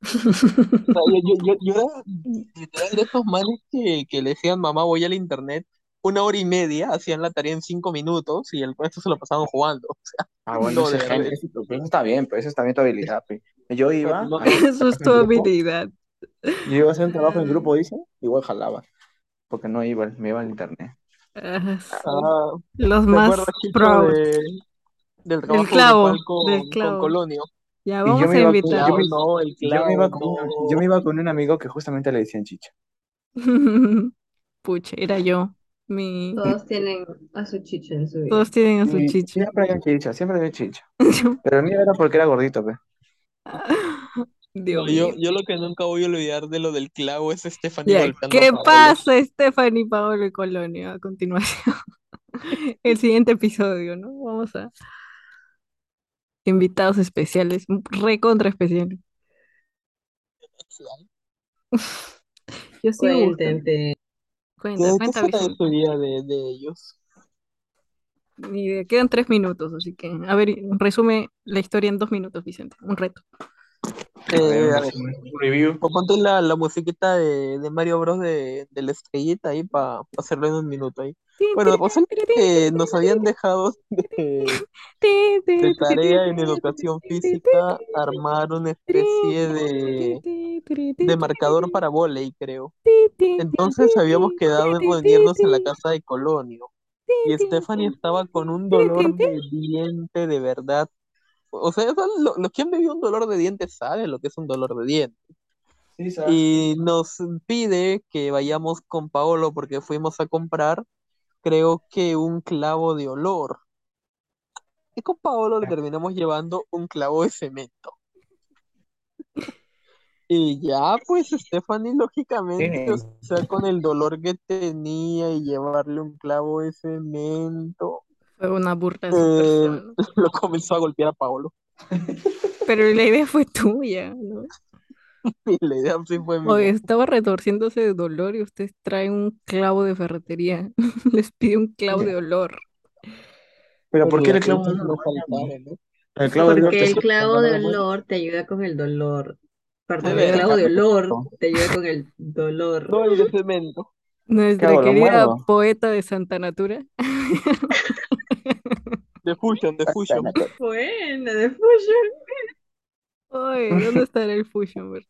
B: O sea, yo, yo, yo, yo era literal de esos manes que, que le decían, mamá, voy al internet una hora y media, hacían la tarea en cinco minutos y el resto se lo pasaban jugando. O sea,
A: Ah, bueno,
B: no,
A: ese
B: de
A: gen,
B: verdad.
A: ese- pero eso está bien, pero eso está bien tu habilidad. pe. Yo iba
B: No,
A: a hacer
C: Eso es
A: trabajo
C: tu
A: en grupo,
C: habilidad.
A: yo iba a hacer un trabajo en
C: Ay.
A: grupo, dice, igual jalaba, porque no iba, me iba al internet.
C: Ah, su-
B: ah,
C: Los
B: ¿te acuerdas,
C: más
B: Chicho,
C: proud.
B: de, del
C: Del
B: trabajo grupal
C: clavo, del
B: con, con
C: clavo.
B: Colonio?
C: Ya
A: Y yo
C: vamos
A: me
C: a
A: iba con, yo
B: Claro,
C: invitarlo.
A: me,
B: no, el
A: yo me iba
B: clavo,
A: con un, yo me
B: no.
A: iba con un amigo que justamente le decían Chicho.
C: Pucha, era yo. Mi...
D: Todos tienen a su chicho en su vida.
C: Todos tienen a su
A: Y
C: chicho.
A: siempre había Chicho, siempre había Chicho. Pero el mío era porque era gordito, pe.
C: Dios
B: No, yo,
C: mío.
B: yo lo que nunca voy a olvidar de lo del clavo es Stephanie
C: Ya,
B: golpeando a
C: ¿qué
B: Paolo.
C: pasa, Stephanie, Paolo y Colonio? A continuación, el siguiente episodio, ¿no? Vamos a invitados especiales, recontra especiales. Yo sigo buscando.
D: Cuéntate.
C: Cuenta,
B: ¿Qué, qué
C: cuenta,
B: será de
C: Vicente.
B: su vida de, de ellos?
C: Ni idea, Quedan tres minutos, así que, a ver, resume la historia en dos minutos, Vicente. Un reto.
A: A ver,
B: Eh,
A: un
B: a ver,
A: resumen, un review.
B: o ponte la, la musiquita de, de Mario Bros. de, de la estrellita ahí para hacerlo en un minuto ahí.
C: Tin,
B: Bueno, pues,
C: tiri,
B: resulta
C: tiri, tiri,
B: que
C: tiri,
B: nos
C: tiri,
B: habían
C: tiri,
B: dejado de,
C: tiri,
B: de
C: tiri, tiri, tiri,
B: tarea en educación
C: tiri,
B: física armar una especie de,
C: tiri, tiri,
B: de
C: tiri,
B: marcador para volei, creo.
C: tiri,
B: Entonces habíamos quedado en
C: tiri,
B: reunirnos en la
C: tiri.
B: casa de Colonio. Y Stephanie estaba con un dolor de diente de verdad. O sea, eso- lo- los que han vivido un dolor de diente saben lo que es un dolor de diente.
A: Sí, ¿sabes?
B: Y nos pide que vayamos con Paolo porque fuimos a comprar, creo que un clavo de olor. Y con Paolo le terminamos llevando un clavo de cemento. Y ya, pues Stephanie, lógicamente, o
A: Tienen.
B: sea, con el dolor que tenía y llevarle un clavo de cemento,
C: Fue una burla a su
B: eh,
C: persona.
B: lo comenzó a golpear a Paolo.
C: Pero la idea fue tuya, ¿no?
B: Y la idea sí fue
C: Oye,
B: mía.
C: estaba retorciéndose de dolor y usted trae un clavo de ferretería. Les pide un clavo de olor.
A: Pero
B: Pero
A: ¿por qué
B: las
A: el clavo de
B: risas no ¿eh?
A: olor daña?
B: faltaron, ¿no?
A: El clavo de olor te
D: Porque el
A: sirve para
D: clavo
A: no
D: de
A: la muerte.
D: olor te ayuda con el dolor.
B: De
D: Perdón, el
B: verdad.
D: clavo de olor
A: No,
D: te ayuda con el dolor.
B: No el de cemento.
A: ¿Qué
C: Nuestra
A: hago? ¿Lo
C: querida
A: muerdo?
C: poeta de Santa Natura.
B: De fusion, de
A: Hasta
B: fusion.
A: la to-
D: Buena, de Fusion.
C: Oye, ¿dónde estará el Fusion? ver?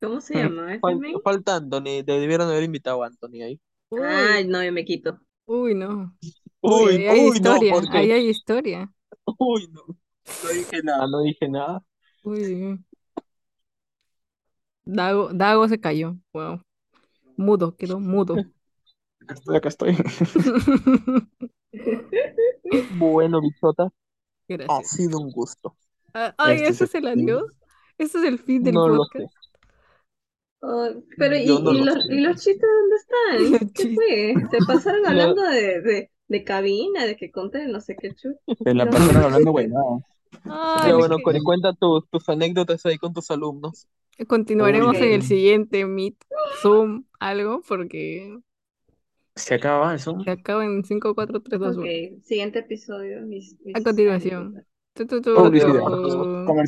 D: ¿Cómo se llamaba ese
B: Fal-
D: men?
B: falta Anthony, te debieron haber invitado a Anthony ahí.
D: Ay,
B: Ah,
C: Uy,
D: no, yo me quito.
C: uy, no. Uy,
B: Uy,
C: ahí hay
B: uy, no,
C: historia,
B: porque,
C: ahí hay historia.
B: uy, no, no dije nada, no dije nada.
C: Uy, uy. Dago, Dago se cayó. Wow. Mudo, quedó mudo.
A: Acá estoy, acá estoy.
B: Bueno, bichota, ha
C: Gracias.
B: sido un gusto.
C: Ah, Ay,
A: Este es
C: ¿este
A: el
C: es el
A: fin.
C: adiós? ¿Este es el fin del
B: No lo
C: podcast?
B: sé,
D: Ay, pero ¿y,
B: yo no
D: y
B: lo
D: los,
B: sé.
D: y los chistes dónde están?
C: Los
D: ¿Qué
C: chistes.
D: fue? Se pasaron
B: La-
D: hablando de, de, de cabina, de que conté no sé qué chu.
A: Se
D: ¿Y
A: la
D: dónde
A: pasaron
D: están los
A: hablando
D: chistes?
A: huevadas. Se
C: Ay,
B: Ya
A: la
C: no
B: bueno, Cori,
A: pasaron.
B: cuenta tus, tus anécdotas ahí con tus alumnos.
C: que-
A: Uy,
C: continuaremos en
D: Ok.
C: el siguiente Meet, Zoom, algo, porque
A: se acaba eso.
C: se acaba en 5, 4, 3, 2,
D: Ok,
C: 1.
D: siguiente episodio, mis,
C: A
D: mis
C: continuación.
D: anécdotas.
C: Tu, tu,
B: Publicidad,
C: tu,
B: por favor.
C: tu.